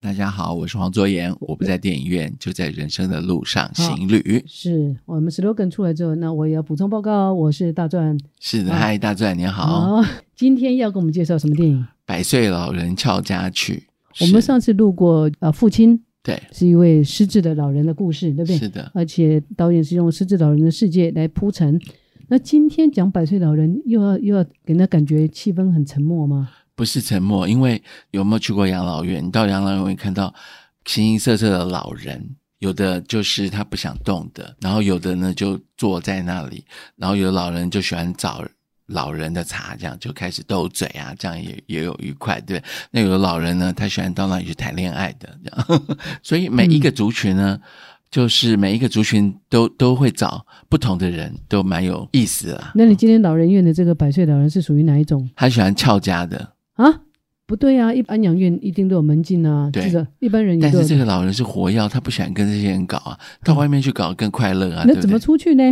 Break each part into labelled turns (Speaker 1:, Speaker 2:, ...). Speaker 1: 大家好，我是黄卓妍，我不在电影院，就在人生的路
Speaker 2: 啊
Speaker 1: 上行旅。
Speaker 2: 是我们 slogan 出来之后，那我也要补充报告，哦我是大壮。
Speaker 1: 是
Speaker 2: 啊
Speaker 1: 的，嗨，大钻，你好，
Speaker 2: 哦，今天要给我们介绍什么电影？
Speaker 1: 百岁老人俏佳曲》是。
Speaker 2: 我们上次录过，呃，父亲
Speaker 1: 对，
Speaker 2: 是一位失智的老人的故事，对不对？
Speaker 1: 是的，
Speaker 2: 而且导演是用失智老人的世界来铺陈。那今天讲百岁老人，又要又要给人家感觉气氛很沉默吗？
Speaker 1: 不是沉默，因为有没有去过养老院？你到养老院会看到形形色色的老人，有的就是他不想动的，然后有的呢就坐在那里，然后有的老人就喜欢找老人的茶，这样就开始斗嘴啊，这样也也有愉快，对不对？那有的老人呢，他喜欢到那里去谈恋爱的，这样， 所以每一个族群呢。就是每一个族群都都会找不同的人，都蛮有意思啊。
Speaker 2: 那你今天老人院的这个百岁老人是属于哪一种
Speaker 1: 他喜欢俏家的，
Speaker 2: 啊？不对啊，一安养院一定都有门禁啊，
Speaker 1: 对
Speaker 2: 这个一般人也
Speaker 1: 但
Speaker 2: 都
Speaker 1: 是
Speaker 2: 有。
Speaker 1: 这个老人是活药，他不想跟这些人搞啊，到外面去搞更快乐啊，
Speaker 2: 那
Speaker 1: 对不
Speaker 2: 怎么
Speaker 1: 对？
Speaker 2: 出去呢？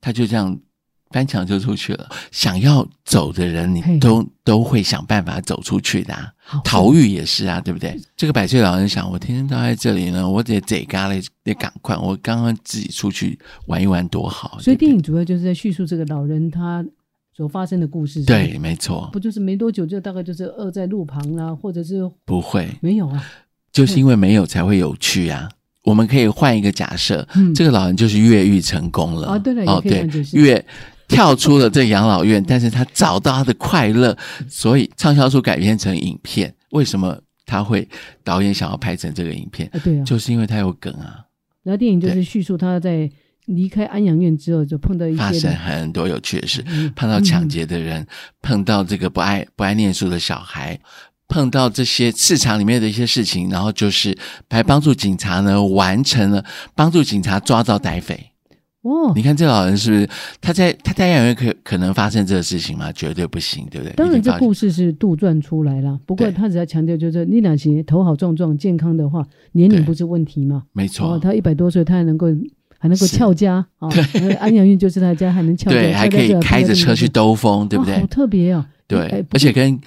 Speaker 1: 他就这样翻墙就出去了。想要走的人，你
Speaker 2: 嘿
Speaker 1: 都都会想办法走出去的、啊。
Speaker 2: 好
Speaker 1: 逃狱也是啊，对不对？这个百岁老人想，我天天待在这里呢，我得得嘎嘞，得赶快，我刚刚自己出去玩一玩多好。
Speaker 2: 所
Speaker 1: 哦对
Speaker 2: 以电
Speaker 1: 不
Speaker 2: 影主要就是在叙述这个老人他所发生的故事。是
Speaker 1: 对
Speaker 2: 吗
Speaker 1: 对，没错，
Speaker 2: 不就是没多久就大概就是饿在路旁啦、或者是
Speaker 1: 不会，
Speaker 2: 没有啊？
Speaker 1: 就是因为没有才会有趣啊。我们可以换一个假设，
Speaker 2: 嗯，
Speaker 1: 这个老人 就是越狱成功了。
Speaker 2: 啊对了
Speaker 1: 哦
Speaker 2: 也可
Speaker 1: 对
Speaker 2: 以这样解，释
Speaker 1: 越跳出了这养老院，但是他找到他的快乐，所以畅销书改编成影片。为什么他会导演想要拍成这个影片？
Speaker 2: 啊对啊，
Speaker 1: 就是因为他有梗啊，
Speaker 2: 然后电影就
Speaker 1: 对
Speaker 2: 是叙述他在离开安养院之后就碰到一
Speaker 1: 发
Speaker 2: 些
Speaker 1: 生
Speaker 2: 的
Speaker 1: 很多有趣的事，
Speaker 2: 嗯
Speaker 1: 碰到抢劫的人，碰到这个不爱不爱念书的小孩。碰到这些市场里面的一些事情，然后就是还帮助警察呢完成了帮助警察抓到歹匪，
Speaker 2: 哦
Speaker 1: 你，看这老人是不是他在他在养院可可能发生这个事情吗？绝对不行，对不对？
Speaker 2: 当然
Speaker 1: 一定
Speaker 2: 这
Speaker 1: 发生
Speaker 2: 故事是杜撰出来了，不过
Speaker 1: 对
Speaker 2: 他只要强调就是你俩行头好壮壮健康的话，年龄
Speaker 1: 对
Speaker 2: 不是问题嘛。
Speaker 1: 没
Speaker 2: 哦，
Speaker 1: 错，
Speaker 2: 他一百多岁他还能够。还能
Speaker 1: 啊
Speaker 2: 够
Speaker 1: 是
Speaker 2: 翘家 啊！呃安养院就是他家，还能翘家，
Speaker 1: 对，
Speaker 2: 翘
Speaker 1: 还
Speaker 2: 在
Speaker 1: 可以
Speaker 2: 这
Speaker 1: 开着车去
Speaker 2: 哦
Speaker 1: 兜风，对不对
Speaker 2: 好？特别哦！哎
Speaker 1: 对，
Speaker 2: 不
Speaker 1: 而且跟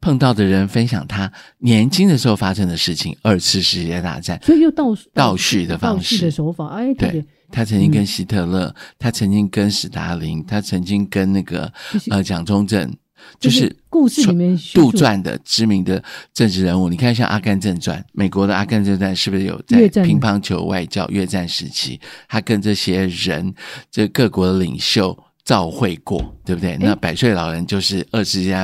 Speaker 1: 碰到的人分享他年轻的时候发生的事情，二次世界大战。
Speaker 2: 所以又倒
Speaker 1: 倒叙的方
Speaker 2: 倒叙
Speaker 1: 式
Speaker 2: 的手法，哎，
Speaker 1: 对
Speaker 2: 特别
Speaker 1: 他曾经跟希特勒，他曾经跟史达林，他曾经跟那个
Speaker 2: 就是
Speaker 1: 呃蒋中正，就是
Speaker 2: 故事里面叙述
Speaker 1: 杜撰的知名的政治人物。你看，像《阿甘正传》，美国的《阿甘正传》是不是有在
Speaker 2: 越战
Speaker 1: 乒乓球外交越战时期，他跟这些人，这各国的领袖照会过，对不对？那百岁老人就是二十世纪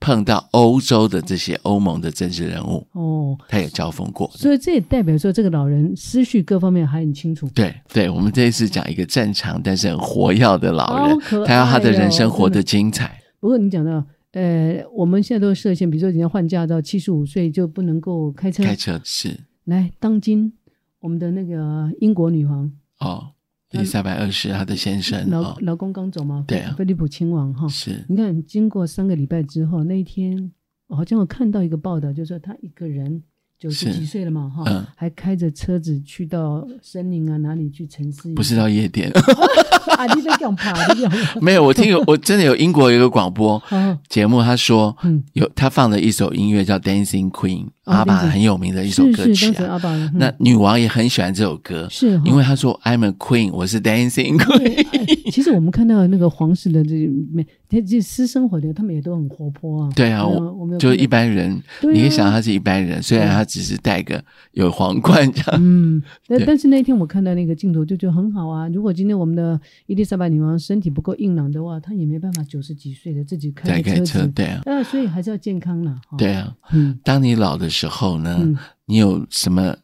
Speaker 1: 碰到欧洲的这些欧盟的政治人物，
Speaker 2: 哦，
Speaker 1: 他也交锋过。
Speaker 2: 所以这也代表说这个老人思绪各方面还很清楚。
Speaker 1: 对对，我们这一次讲一个正常但是很活跃的老人
Speaker 2: 好可，爱
Speaker 1: 他要他的
Speaker 2: 哦
Speaker 1: 人生活
Speaker 2: 真的
Speaker 1: 得精彩。
Speaker 2: 不过你讲到，呃，我们现在都设限，比如说人家换驾到七十五岁就不能够开车。
Speaker 1: 开车是
Speaker 2: 来，当今我们的那个英国女王，
Speaker 1: 哦，伊丽莎白二世，他的先生
Speaker 2: 嗯老
Speaker 1: 哦，
Speaker 2: 老公刚走嘛，
Speaker 1: 对啊
Speaker 2: 菲利普亲王哈，
Speaker 1: 是
Speaker 2: 你看经过三个礼拜之后，那一天我好像我看到一个报道，就说他一个人。九十
Speaker 1: 是
Speaker 2: 几岁了嘛，哈、
Speaker 1: 嗯
Speaker 2: 还开着车子去到森林啊，哪里去沉思？
Speaker 1: 不是到夜店。
Speaker 2: 啊，你在讲爬，你在 讲爬
Speaker 1: 没有，我听有，我真的有英国有一个广播
Speaker 2: 哦，
Speaker 1: 节目，他说
Speaker 2: 嗯，
Speaker 1: 有他放了一首音乐叫《Dancing Queen》，
Speaker 2: 哦
Speaker 1: 阿爸
Speaker 2: Dancing
Speaker 1: 很有名的一首
Speaker 2: 是
Speaker 1: 歌
Speaker 2: 是，
Speaker 1: 曲
Speaker 2: 当时
Speaker 1: 啊。
Speaker 2: 阿爸、嗯
Speaker 1: 那女王也很喜欢这首歌，
Speaker 2: 是嗯哈
Speaker 1: 因为她说 “I'm a Queen”，我是 Dancing Queen。
Speaker 2: 其实我们看到那个皇室的这没，这这私生活的他们也都很活泼啊。
Speaker 1: 对啊，
Speaker 2: 嗯
Speaker 1: 我
Speaker 2: 我们有
Speaker 1: 就是
Speaker 2: 看到
Speaker 1: 一般人，
Speaker 2: 对啊
Speaker 1: 你可以想他是一般人，虽然他只是戴个有皇冠这样。
Speaker 2: 嗯，
Speaker 1: 对
Speaker 2: 但但是那天我看到那个镜头就觉得很好啊。如果今天我们的伊丽莎白女王身体不够硬朗的话，她也没办法九十几岁的自己
Speaker 1: 在
Speaker 2: 开
Speaker 1: 开
Speaker 2: 着
Speaker 1: 车，
Speaker 2: 子。
Speaker 1: 对啊，
Speaker 2: 啊，所以还是要健康啦。哈，
Speaker 1: 对啊。
Speaker 2: 嗯
Speaker 1: 当你老的时候呢，
Speaker 2: 嗯
Speaker 1: 你有什么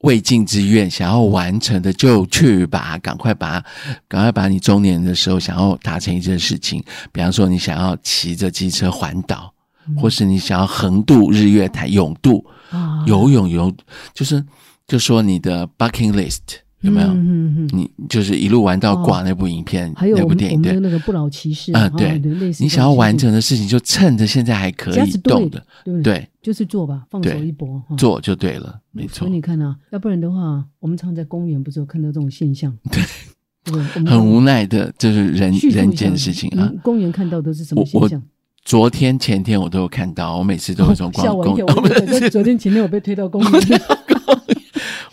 Speaker 1: 未尽之愿想要完成的，就去吧，赶快把，赶快把你中年的时候想要达成一件事情，比方说你想要骑着机车环岛，
Speaker 2: 嗯
Speaker 1: 或是你想要横渡日月潭、泳渡、
Speaker 2: 啊，
Speaker 1: 游泳游，就是就说你的 bucking list 有没有？
Speaker 2: 嗯嗯嗯，
Speaker 1: 你就是一路玩到挂那部影片、
Speaker 2: 还有
Speaker 1: 那
Speaker 2: 我
Speaker 1: 部
Speaker 2: 们
Speaker 1: 电
Speaker 2: 我
Speaker 1: 影，
Speaker 2: 们的
Speaker 1: 对
Speaker 2: 那个不老骑士
Speaker 1: 啊
Speaker 2: 哈
Speaker 1: 对
Speaker 2: 类似
Speaker 1: 你
Speaker 2: 这
Speaker 1: 想要
Speaker 2: 样的
Speaker 1: 完
Speaker 2: 事情
Speaker 1: 成的事情，就趁着现在还可
Speaker 2: 夹
Speaker 1: 以
Speaker 2: 子
Speaker 1: 动的，，
Speaker 2: 对不对？
Speaker 1: 对，
Speaker 2: 就是做吧，放手
Speaker 1: 对
Speaker 2: 一搏哈。
Speaker 1: 做就对了，没错
Speaker 2: 所以。你看啊，要不然的话，我们常在公园不是有看到这种现象？
Speaker 1: 对
Speaker 2: 对不对，我们
Speaker 1: 很无奈的，就是人
Speaker 2: 叙述一下
Speaker 1: 人间的事情啊。
Speaker 2: 嗯公园看到的是什么
Speaker 1: 我
Speaker 2: 现
Speaker 1: 我
Speaker 2: 象？
Speaker 1: 昨天、前天我都有看到，我每次都会 从
Speaker 2: 吓
Speaker 1: 逛
Speaker 2: 我
Speaker 1: 公
Speaker 2: 一跳！我 以为昨天前天我被推到公园，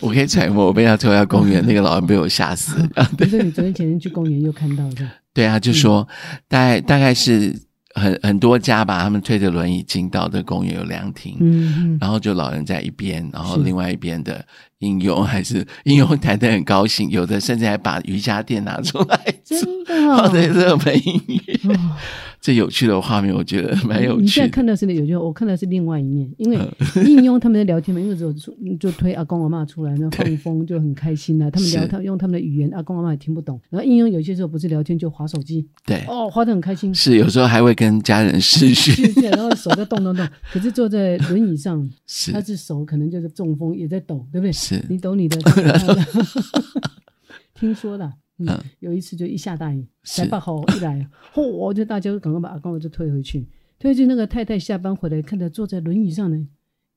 Speaker 1: 我可以揣摩，我被他推到公园，那个老人被我吓死。
Speaker 2: 你说你昨天前天去公园又看到 的，
Speaker 1: 对啊，就说、
Speaker 2: 嗯
Speaker 1: 大概大概是很很多家吧，他们推着轮椅进到这公园有凉亭，
Speaker 2: 嗯嗯，
Speaker 1: 然后就老人在一边，然后
Speaker 2: 是
Speaker 1: 另外一边的应用还是 应用谈得很高兴，有的甚至还把瑜伽垫拿出来做。
Speaker 2: 真的 哦
Speaker 1: 放在热门音乐，
Speaker 2: 哦
Speaker 1: 这有趣的画面，我觉得 蛮有
Speaker 2: 你现
Speaker 1: 趣
Speaker 2: 在
Speaker 1: 的。嗯
Speaker 2: 看到是有些，我看到是另外一面，因为 应用他们在聊天嘛，因为就就推阿公阿妈出来，然后放风就很开心啊啦、他们 聊
Speaker 1: 是
Speaker 2: 他用他们的语言，阿公阿妈也听不懂。然后应用有些时候不是聊天就划 手机，
Speaker 1: 对，
Speaker 2: 哦，划得很开心，
Speaker 1: 是有时候还会跟家人视
Speaker 2: 就
Speaker 1: 讯，
Speaker 2: 这样，然后手在动动动。 可是坐在轮椅上，
Speaker 1: 是
Speaker 2: 他是手可能就是中风也在抖，对不对？
Speaker 1: 是
Speaker 2: 你 抖你的，他抖他的听说的。嗯
Speaker 1: 嗯，
Speaker 2: 有一次就一下大雨，
Speaker 1: 是
Speaker 2: 台北好一来，嚯！就大家就赶快把阿公就推回去，推回去那个太太下班回来，看她坐在轮椅上呢，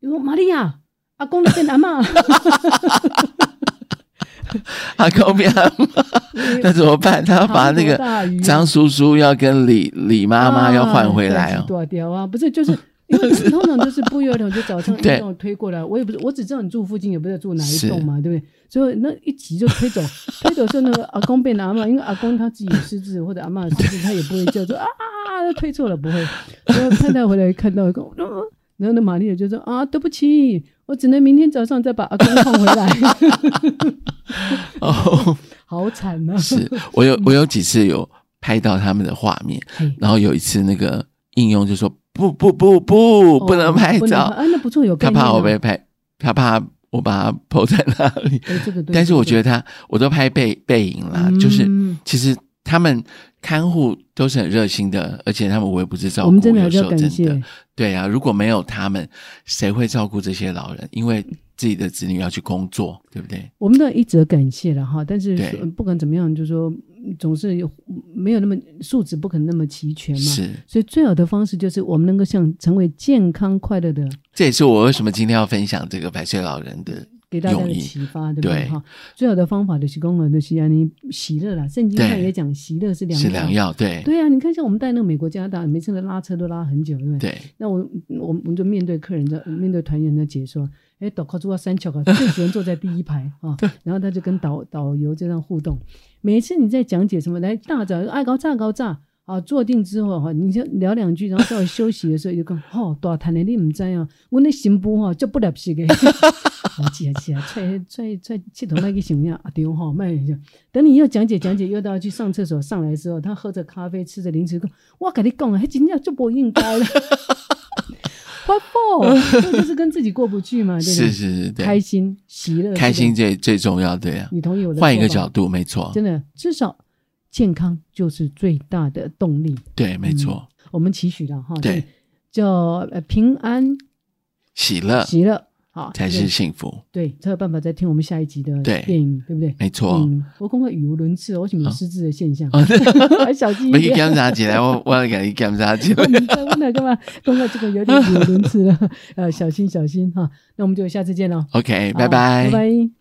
Speaker 2: 哟，玛利亚，阿公的变阿妈，
Speaker 1: 阿公变阿嬷 那怎么办？他要把 那
Speaker 2: 滂沱大雨啊
Speaker 1: 个张叔叔要跟李
Speaker 2: 嗯
Speaker 1: 李妈妈要换回来哦。
Speaker 2: 多掉啊！不是，就是因为通常都是不约而同就早上一
Speaker 1: 对
Speaker 2: 栋推过来，我也不是，我只知道你住附近，也不知道住哪一
Speaker 1: 是
Speaker 2: 栋嘛，对不对？所以那一集就推走，推走是那个阿公变阿嬷，因为阿公他自己有失智或者阿嬷有失智，他也不会叫做啊，推错了不会。然后太太回来看到一个，嗯然后那玛丽也就说啊，对不起，我只能明天早上再把阿公放回来，
Speaker 1: 哦，
Speaker 2: 好惨啊！
Speaker 1: 是我有我有几次有拍到他们的画面，
Speaker 2: 嘿。
Speaker 1: 然后有一次那个应用就说不不不不，不能拍
Speaker 2: 哦不能拍
Speaker 1: 照，
Speaker 2: 啊，那不错，有概
Speaker 1: 他
Speaker 2: 念
Speaker 1: 怕我
Speaker 2: 啊
Speaker 1: 被拍，他怕我把他抛在那里。
Speaker 2: 哎这个对， 嗯
Speaker 1: 但是我觉
Speaker 2: 得
Speaker 1: 得他，我都拍背背影啦，就是其实他们看护都是很热心的，而且他们无微不至照顾，
Speaker 2: 我们真的还
Speaker 1: 有
Speaker 2: 是
Speaker 1: 时
Speaker 2: 要
Speaker 1: 候
Speaker 2: 感
Speaker 1: 真的
Speaker 2: 谢。
Speaker 1: 对啊，如果没有他们，谁会照顾这些老人？因为
Speaker 2: 嗯
Speaker 1: 自己的子女要去工作，对不对？
Speaker 2: 我们都一直感谢了哈，但是
Speaker 1: 对
Speaker 2: 说嗯不管怎么样，就是说嗯总是有没有那么素质，不可能那么齐全嘛。
Speaker 1: 是，
Speaker 2: 所以最好的方式就是我们能够像成为健康快乐的，
Speaker 1: 这也是我为什么今天要分享这个百岁老人的。
Speaker 2: 给大家的
Speaker 1: 用意
Speaker 2: 启发，对不对
Speaker 1: 对
Speaker 2: 哈？最好的方法就是公我的喜安你喜乐啦，圣经上
Speaker 1: 对
Speaker 2: 也讲喜乐是良
Speaker 1: 是良
Speaker 2: 药。
Speaker 1: 药，对
Speaker 2: 对啊，你看像我们带那个美国、加拿大，每次的拉车都拉很久，对不对？
Speaker 1: 对，
Speaker 2: 那我我我们就面对客人在面对团员在解说，哎，导客住到三桥啊，最喜欢坐在第一排啊，然后他就跟导导游这样互动。每一次你在讲解什么，来大早爱高炸高炸啊，坐定之后哈，你就聊两句，然后稍微休息的时候就讲，吼、大谈的你唔知啊，我那行不哈就不了 是个。啊，是啊是啊，踹踹踹，气头麦去想呀，啊对吼，麦一下。等你又讲解讲解，又到去上厕所，上来之后，他喝着咖啡，吃着零食，说我跟你讲啊，还真正就不应该 了。What for？这就是跟自己过不去嘛，对不
Speaker 1: 是
Speaker 2: 对？
Speaker 1: 是是，
Speaker 2: 开
Speaker 1: 对，
Speaker 2: 心、喜乐、
Speaker 1: 开心
Speaker 2: 是
Speaker 1: 最最重要，对啊
Speaker 2: 吧。。你同意我的？
Speaker 1: 换一个角，度，没错，
Speaker 2: 真的，至少健康就是最大的动力。
Speaker 1: 对，没错，
Speaker 2: 我们期许了哈，
Speaker 1: 对，
Speaker 2: 叫呃平安
Speaker 1: 喜乐
Speaker 2: 喜乐，好
Speaker 1: 啊才是幸福，
Speaker 2: 对，才有办法再听我们下一集的
Speaker 1: 对
Speaker 2: 电影，对不对？
Speaker 1: 没错。
Speaker 2: 嗯，我恐怕语无伦次，我什么有失智的现象？
Speaker 1: 哦
Speaker 2: 还 小心
Speaker 1: 没
Speaker 2: 一
Speaker 1: 去
Speaker 2: 点。
Speaker 1: 检查起来，我我要给你检查起来。
Speaker 2: 你在问了干嘛？恐怕这个 有点语无伦次了，呃，小心小心哈。那我们就下次见了，
Speaker 1: OK，
Speaker 2: 好
Speaker 1: 哎拜
Speaker 2: 拜拜。